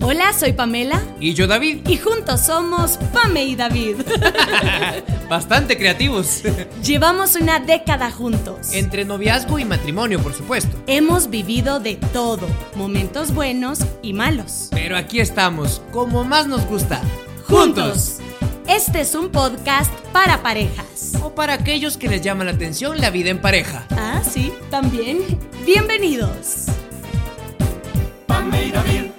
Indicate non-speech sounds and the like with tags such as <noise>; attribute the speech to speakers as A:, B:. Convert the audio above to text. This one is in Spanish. A: Hola, soy Pamela
B: Y yo, David.
A: y juntos somos Pame y David. <laughs>
B: Bastante creativos.
A: Llevamos una década juntos.
B: Entre noviazgo y matrimonio, por supuesto.
A: Hemos vivido de todo, momentos buenos y malos.
B: Pero aquí estamos, como más nos gusta.
A: Este es un podcast para parejas.
B: O para aquellos que les llama la atención la vida en pareja.
A: Ah, sí, también. Bienvenidos.
C: Pame y David